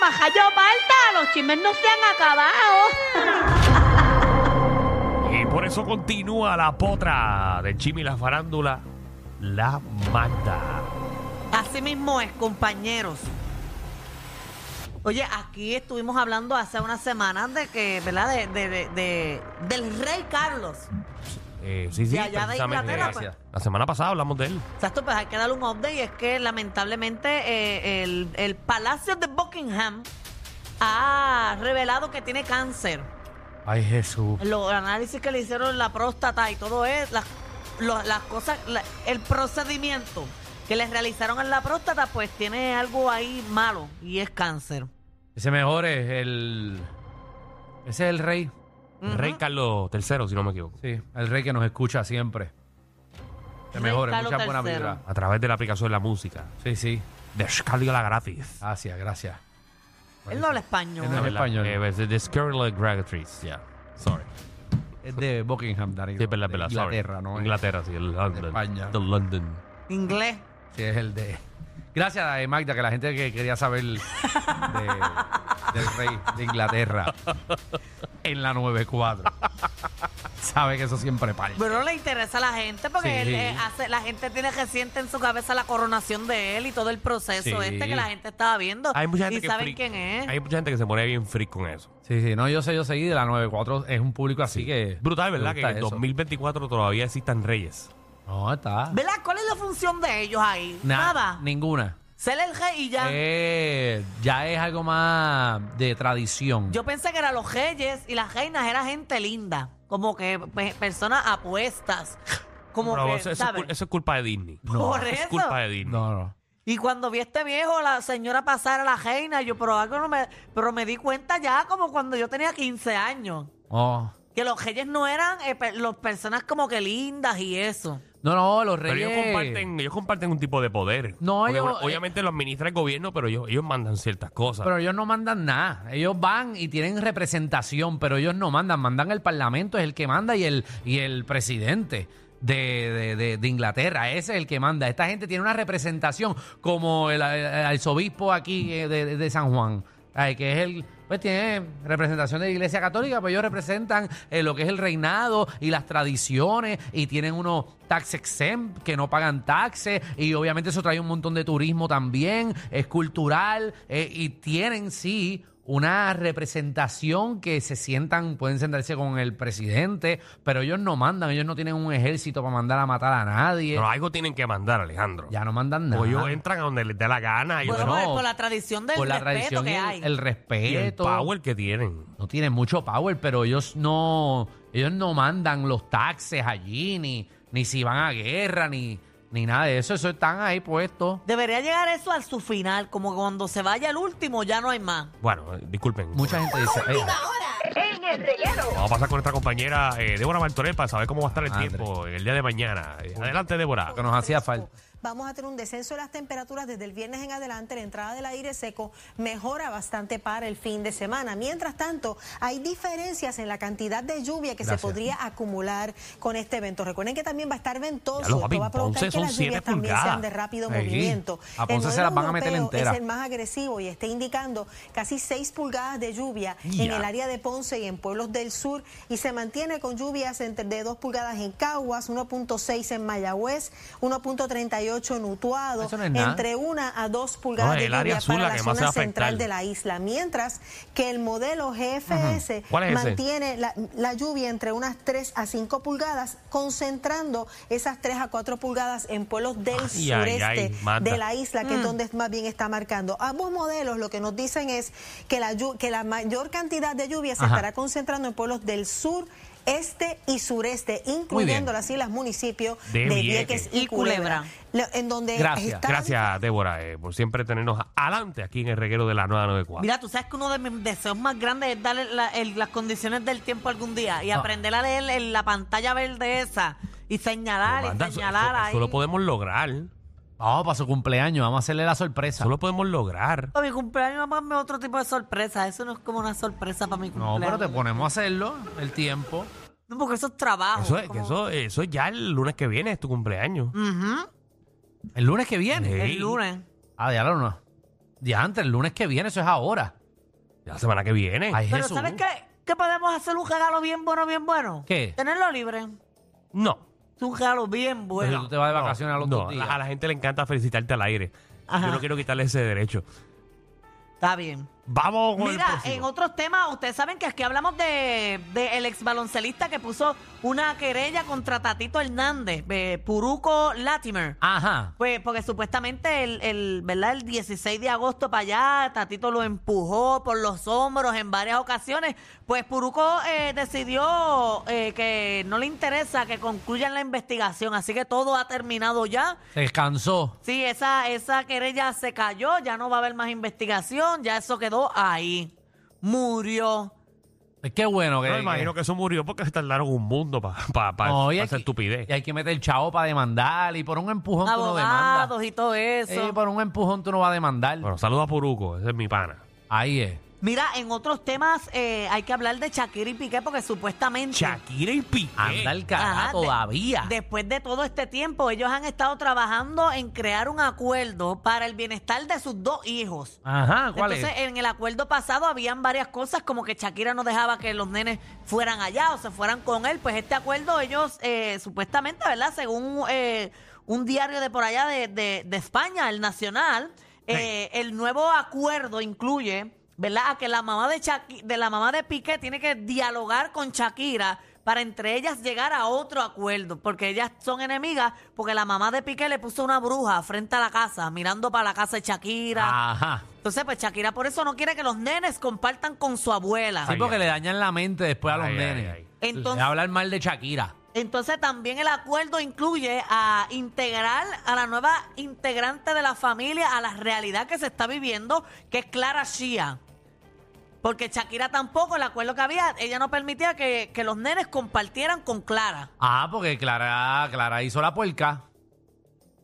Baja yo falta, los chismes no se han acabado. Y por eso continúa la potra de Chimi la farándula, la Magda. Así mismo es, compañeros. Oye, aquí estuvimos hablando hace unas semanas de que, ¿verdad? De, de- de- de- del rey Carlos. Eh, sí, sí, De allá de precisamente. Inglaterra, pues. Gracias. La semana pasada hablamos de él. Exacto, pues hay que darle un update y es que lamentablemente eh, el, el Palacio de Buckingham ha revelado que tiene cáncer. Ay, Jesús. Los análisis que le hicieron en la próstata y todo es las, lo- las cosas, la- el procedimiento que les realizaron en la próstata, pues tiene algo ahí malo y es cáncer. Ese mejor es el. Ese es el rey. El Rey Carlos III, si no me equivoco. Sí, el rey que nos escucha siempre. Ese Rey mejor, Carlos escucha buena III. vibra. A través de la aplicación de la música. Sí, sí. Descarga gratis. Gracias, gracias. Él no habla Él no español. habla- Ah, en español. Eh, es de Descarga gratis. Yeah. Sorry. Es de Buckingham, Darío. Sí, verdad, De verdad, sorry. Inglaterra, ¿no? Inglaterra, sí. El London. España. The London. Inglés. Sí, es el de. Gracias, eh, Magda, que la gente que quería saber de- del rey de Inglaterra en la 94 sabe que eso siempre parte. Pero no le interesa a la gente porque Sí. él, eh, hace, la gente tiene reciente en su cabeza la coronación de él y todo el proceso Sí. este que la gente estaba viendo. Hay mucha gente y que saben freak- quién es. Hay mucha gente que se pone bien freak con eso. Sí, sí, no, yo sé, yo seguí de la 94. Es un público así que. Brutal, le ¿verdad? Que en gusta el eso. 2024 todavía existan reyes. No, está. ¿Verdad? ¿Cuál es la función de ellos ahí? Na- Nada. Ninguna. Ser el rey y ya. Eh, ya es algo más de tradición. Yo pensé que eran los reyes y las reinas era gente linda. Como que pe- personas apuestas. Como Pero que, eso, eso es ¿sabes? cul- eso es culpa de Disney. No. Por Es eso. culpa de Disney. No, no. Y cuando vi a este viejo, la señora pasar a la reina, yo, pero algo no me. Pero me di cuenta ya como cuando yo tenía 15 años. Oh. Que los reyes no eran eh, pe- los personas como que lindas y eso. No, no, los Pero reyes. ellos comparten, ellos comparten un tipo de poder. No, Porque, ellos- bueno, obviamente lo administra el gobierno, pero ellos, ellos mandan ciertas cosas. Pero ellos no mandan nada. Ellos van y tienen representación, pero ellos no mandan. Mandan el parlamento, es el que manda, y el, y el presidente de, de- de- de Inglaterra, ese es el que manda. Esta gente tiene una representación como el, el arzobispo aquí eh, de, de San Juan, ay, que es el... Pues tiene representación de la Iglesia Católica, pues ellos representan eh, lo que es el reinado y las tradiciones y tienen unos tax exempt que no pagan taxes y obviamente eso trae un montón de turismo también, es cultural eh, y tienen sí una representación que se sientan, pueden sentarse con el presidente, pero ellos no mandan, ellos no tienen un ejército para mandar a matar a nadie, Pero algo tienen que mandar, Alejandro. ya no mandan nada. O ellos entran a donde les dé la gana. ellos Bueno, no- por, por la tradición del Por la respeto tradición y que el, hay. el y el respeto. power que tienen. No tienen mucho power, pero ellos no, ellos no mandan los taxes allí, ni, ni si van a guerra, ni, ni nada de eso. Eso están ahí puestos. Debería llegar eso al su final, como que cuando se vaya el último ya no hay más. Bueno, eh, disculpen. Mucha gente dice, "Ey, Vamos a pasar con nuestra compañera eh, Débora Martorell para saber cómo va a estar el Madre. tiempo el día de mañana. Eh, Adelante, Débora. que nos hacía falta. Vamos a tener un descenso de las temperaturas desde el viernes en adelante. La entrada del aire seco mejora bastante para el fin de semana. Mientras tanto, hay diferencias en la cantidad de lluvia que Gracias. se podría acumular con este evento. Recuerden que también va a estar ventoso. Ya lo, papi, esto va a provocar Ponce que son las lluvias siete también pulgadas. sean de rápido Sí. movimiento. A Ponce el se las van a modelo meter europeo entera. Es el más agresivo y está indicando casi 6 pulgadas de lluvia en Ya. el área de Ponce y en pueblos del sur y se mantiene con lluvias entre de 2 pulgadas en Caguas, 1.6 en Mayagüez, 1.38 en Utuado, Eso no es nada. entre 1 a 2 pulgadas No, de el área lluvia azul para la la que más se va zona a afectar. central de la isla, mientras que el modelo GFS ¿Cuál es ese? mantiene la, la lluvia entre unas 3 a 5 pulgadas, concentrando esas 3 a 4 pulgadas en pueblos del Ay, ay, sureste ay, manda. de la isla, que es donde más bien está marcando. Ambos modelos lo que nos dicen es que la, llu- que la mayor cantidad de lluvia se Ajá. estará concentrando en pueblos del sur. Este y sureste, incluyendo las islas municipios De de, Vieques. Vieques y Y Culebra. Culebra, Lo- en donde Gracias. está Gracias, Débora, eh, por siempre tenernos adelante aquí en el reguero de la 994. Mira, tú sabes que uno de mis deseos más grandes es darle la- el- las condiciones del tiempo algún día y Ah. aprender a leer en la pantalla verde esa y señalar Pero, Magda, y eso- señalar eso- ahí. eso lo podemos lograr. Vamos para su cumpleaños, vamos a hacerle la sorpresa. Eso lo podemos lograr. Para mi cumpleaños, mamá, me otro tipo de sorpresa. Eso no es como una sorpresa para mi No, cumpleaños. pero te ponemos a hacerlo el tiempo. No, porque eso es trabajo. Eso es, que como- eso, eso es ya el lunes que viene, es tu cumpleaños. Mm. Ujú, El lunes que viene. Sí. El lunes. Ah, diablo, no. Ya antes, el lunes que viene, eso es ahora. La semana que viene. Ay, Pero Jesús. ¿sabes qué? ¿Qué podemos hacer un regalo bien bueno, bien bueno? ¿Qué? Tenerlo libre. No. Es un regalo bien Pero tú bueno. te vas de No, vacaciones a los no, dos días. A la gente le encanta felicitarte al aire. Ajá. Yo no quiero quitarle ese derecho. Está bien. Vamos con el Mira, próximo. en otros temas, ustedes saben que aquí hablamos de, de el ex baloncelista que puso una querella contra Tatito Hernández, eh, Puruco Latimer. Ajá. Pues porque supuestamente el, el, ¿verdad? el 16 de agosto para allá, Tatito lo empujó por los hombros en varias ocasiones. Pues Puruco eh, decidió eh, que no le interesa que concluyan la investigación, así que todo ha terminado ya. Se descansó. Sí, esa, esa querella se cayó, ya no va a haber más investigación, ya eso quedó ahí. Murió. Es que bueno que. No, imagino que eso murió porque se tardaron un mundo para pa, pa- No, y pa hay esa que- estupidez. Y hay que meter chavo para demandar. Y por un empujón tú no demandas. Abogados y todo eso. Eh, por un empujón tú no vas a demandar. Bueno, saludos a Puruco, ese es mi pana. Ahí es. Mira, en otros temas eh, hay que hablar de Shakira y Piqué porque supuestamente... Shakira y Piqué. Anda el Ajá, carajo de- todavía. Después de todo este tiempo, ellos han estado trabajando en crear un acuerdo para el bienestar de sus dos hijos. Ajá, Ah, ¿cuál Entonces, en el acuerdo pasado habían varias cosas, como que Shakira no dejaba que los nenes fueran allá o se fueran con él. Pues este acuerdo, ellos eh, supuestamente, ¿verdad? Según eh, un diario de por allá de, de- de España, el Nacional, eh, el nuevo acuerdo incluye, ¿verdad? A que la mamá de, Shaki- de la mamá de Piqué tiene que dialogar con Shakira para entre ellas llegar a otro acuerdo, porque ellas son enemigas, porque la mamá de Piqué le puso una bruja frente a la casa, mirando para la casa de es? Shakira. Ajá. Entonces, pues Shakira por eso no quiere que los nenes compartan con su abuela. Sí, Ay, porque ay. le dañan la mente después a los Ay, ay, nenes. ay. Entonces- hablar mal de Shakira. Entonces, también el acuerdo incluye a integrar a la nueva integrante de la familia a la realidad que se está viviendo, que es Clara Shia. Porque Shakira tampoco, el acuerdo que había, ella no permitía que, que los nenes compartieran con Clara. Ah, porque Clara, Clara hizo la puerca.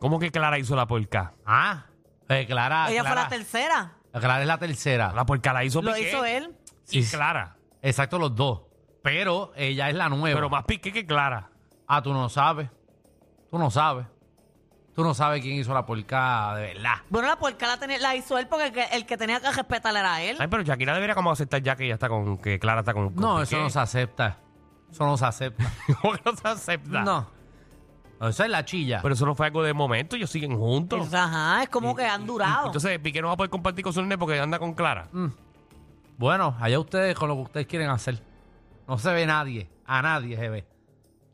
¿Cómo que Clara hizo la puerca? Ah, eh, Clara. ella fue Clara- la tercera. Clara es la tercera. La puerca la hizo Lo Piqué. hizo él. Y Sí. Clara. Exacto, los dos. Pero ella es la nueva. Pero más Piqué que Clara. Ah, tú no sabes. Tú no sabes. Tú no sabes quién hizo la puerca de verdad. Bueno, la puerca la, tenía- la hizo él porque el que, el que tenía que respetar era él. Ay, pero Shakira debería como aceptar ya que ya está con que Clara está con, con No, Piqué. eso no se acepta. Eso no se acepta. ¿Cómo que no se acepta? no. Eso es la chilla. Pero eso no fue algo de momento, ellos siguen juntos. Ajá, es como que han durado. Mm. Entonces Piqué no va a poder compartir con su nene porque anda con Clara. Bueno, allá ustedes con lo que ustedes quieren hacer. No se ve nadie. A nadie se ve.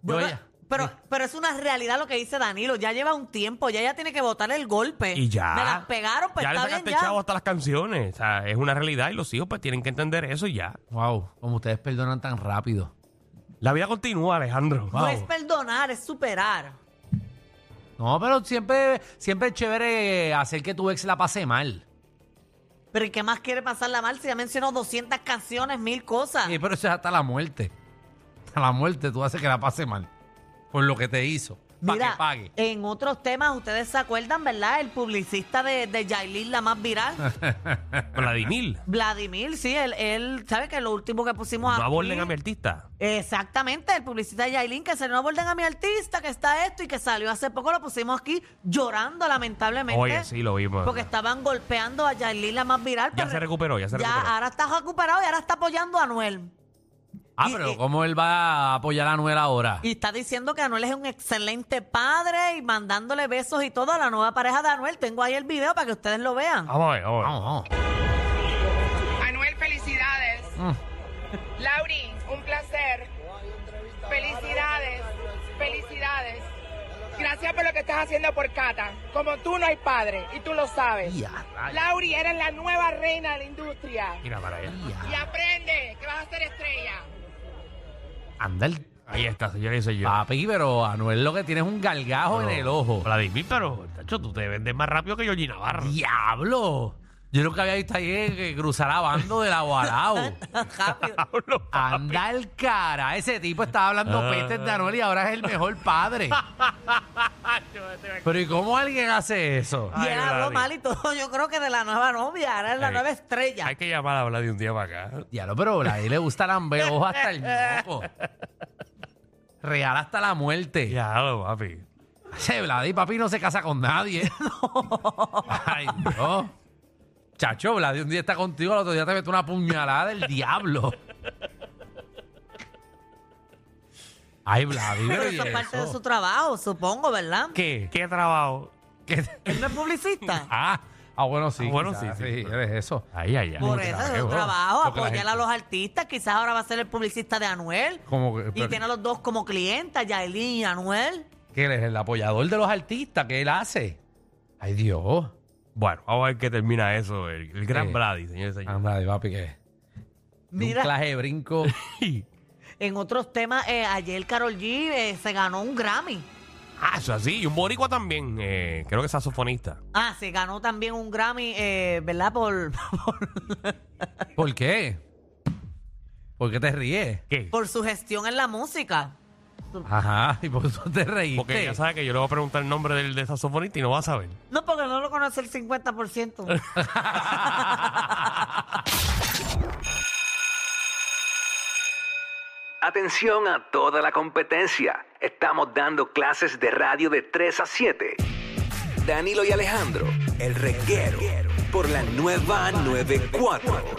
Yo Bueno, ella- pero, pero es una realidad lo que dice Danilo. Ya lleva un tiempo, ya ella tiene que votar el golpe. Y ya. Me las pegaron, pues ya le está sacaste bien ya. chavo hasta las canciones. O sea, es una realidad y los hijos pues tienen que entender eso y ya. Wow, como ustedes perdonan tan rápido. La vida continúa, Alejandro. No es perdonar, es superar. No, pero siempre, siempre es chévere hacer que tu ex la pase mal. Pero ¿y qué más quiere pasarla mal si ya mencionó 200 canciones, mil cosas? Sí, Eh, pero eso es hasta la muerte. Hasta la muerte tú haces que la pase mal. Por lo que te hizo. Para que pague. en otros temas, ustedes se acuerdan, ¿verdad? El publicista de, de Yailin, la más viral. Vladimir. Vladimir, sí, él, él ¿sabe que lo último que pusimos No aquí- aborden a mi artista. Exactamente, el publicista de Yailin que se no aborden a mi artista, que está esto y que salió hace poco, lo pusimos aquí llorando lamentablemente. Oye, sí, lo vimos. Porque estaban golpeando a Yailin la más viral. Ya pero se recuperó, ya se recuperó. Ya, ahora está recuperado y ahora está apoyando a Anuel. Ah, y- pero y- ¿cómo él va a apoyar a Noel ahora? Y está diciendo que Anuel es un excelente padre y mandándole besos y todo a la nueva pareja de Anuel. Tengo ahí el video para que ustedes lo vean. Vamos a ver, vamos a ver. Vamos, Anuel, felicidades. vamos. Lauri, un placer. Felicidades, felicidades. Gracias por lo que estás haciendo por Cata. Como tú no hay padre y tú lo sabes. Mm. Ya, rayos. Lauri, eres la nueva reina de la industria. Mira para allá. Y aprende que vas a ser estrella. Anda el Ahí está, señores y señores. papi, pero Anuel lo que tiene es un galgajo en el ojo. Vladimir, pero, tacho, tú te vendes más rápido que Georgie Navarro. ¡Diablo! Yo nunca había visto ayer que cruzara bando de la Guarao. Rápido. Pablo. Anda el cara. Ese tipo estaba hablando pestes de Anuel y ahora es el mejor padre. pero ¿y cómo alguien hace eso? y él Ay, habló Vladi. mal y todo, yo creo que de la nueva novia, ahora es la Ay. nueva estrella. Hay que llamar a hablar de un día para acá. Diablo, pero a él le gusta lambeos hasta el moco. Real hasta la muerte. Ya, lo, papi. Ese Vladi, papi, no se casa con nadie. Ay, Dios. Chacho, Vladi un día está contigo, al otro día te mete una puñalada del diablo. Ay, Vladi, Pero pero ¿y eso es parte de eso? su trabajo, supongo, ¿verdad? ¿Qué? ¿Qué trabajo? ¿Qué? Él no es publicista. Ah, ah, bueno, sí. Ah, bueno, quizás, sí, sí. eres eso. Ahí, allá. Por qué eso tra- es qué su bueno. trabajo, Porque la apoyar a gente- los artistas. Quizás ahora va a ser el publicista de Anuel. Como que, Y pero- tiene a los dos como clientas, Yaelin y Anuel. que él es el apoyador de los artistas, que él hace. Ay, Dios. Bueno, vamos a ver qué termina eso. El, el gran Eh. Brady, señores y señores. Anda, de papi, que Mira. un clase de brinco. En otros temas, eh, ayer Carol G eh, se ganó un Grammy. Ah, eso así. Y un boricua también. eh, creo que es saxofonista. Ah, se ganó también un Grammy, eh, ¿verdad? Por, por, ¿Por qué? ¿Por qué te ríes? ¿Qué? por su gestión en la música. Ajá, y por eso te reíste. Porque ya sabe que yo le voy a preguntar el nombre del de saxofonista y no va a saber. No, porque no lo conoce el 50%. Atención a toda la competencia. Estamos dando clases de radio de 3 a 7. Danilo y Alejandro, el reguero, por la nueva 94.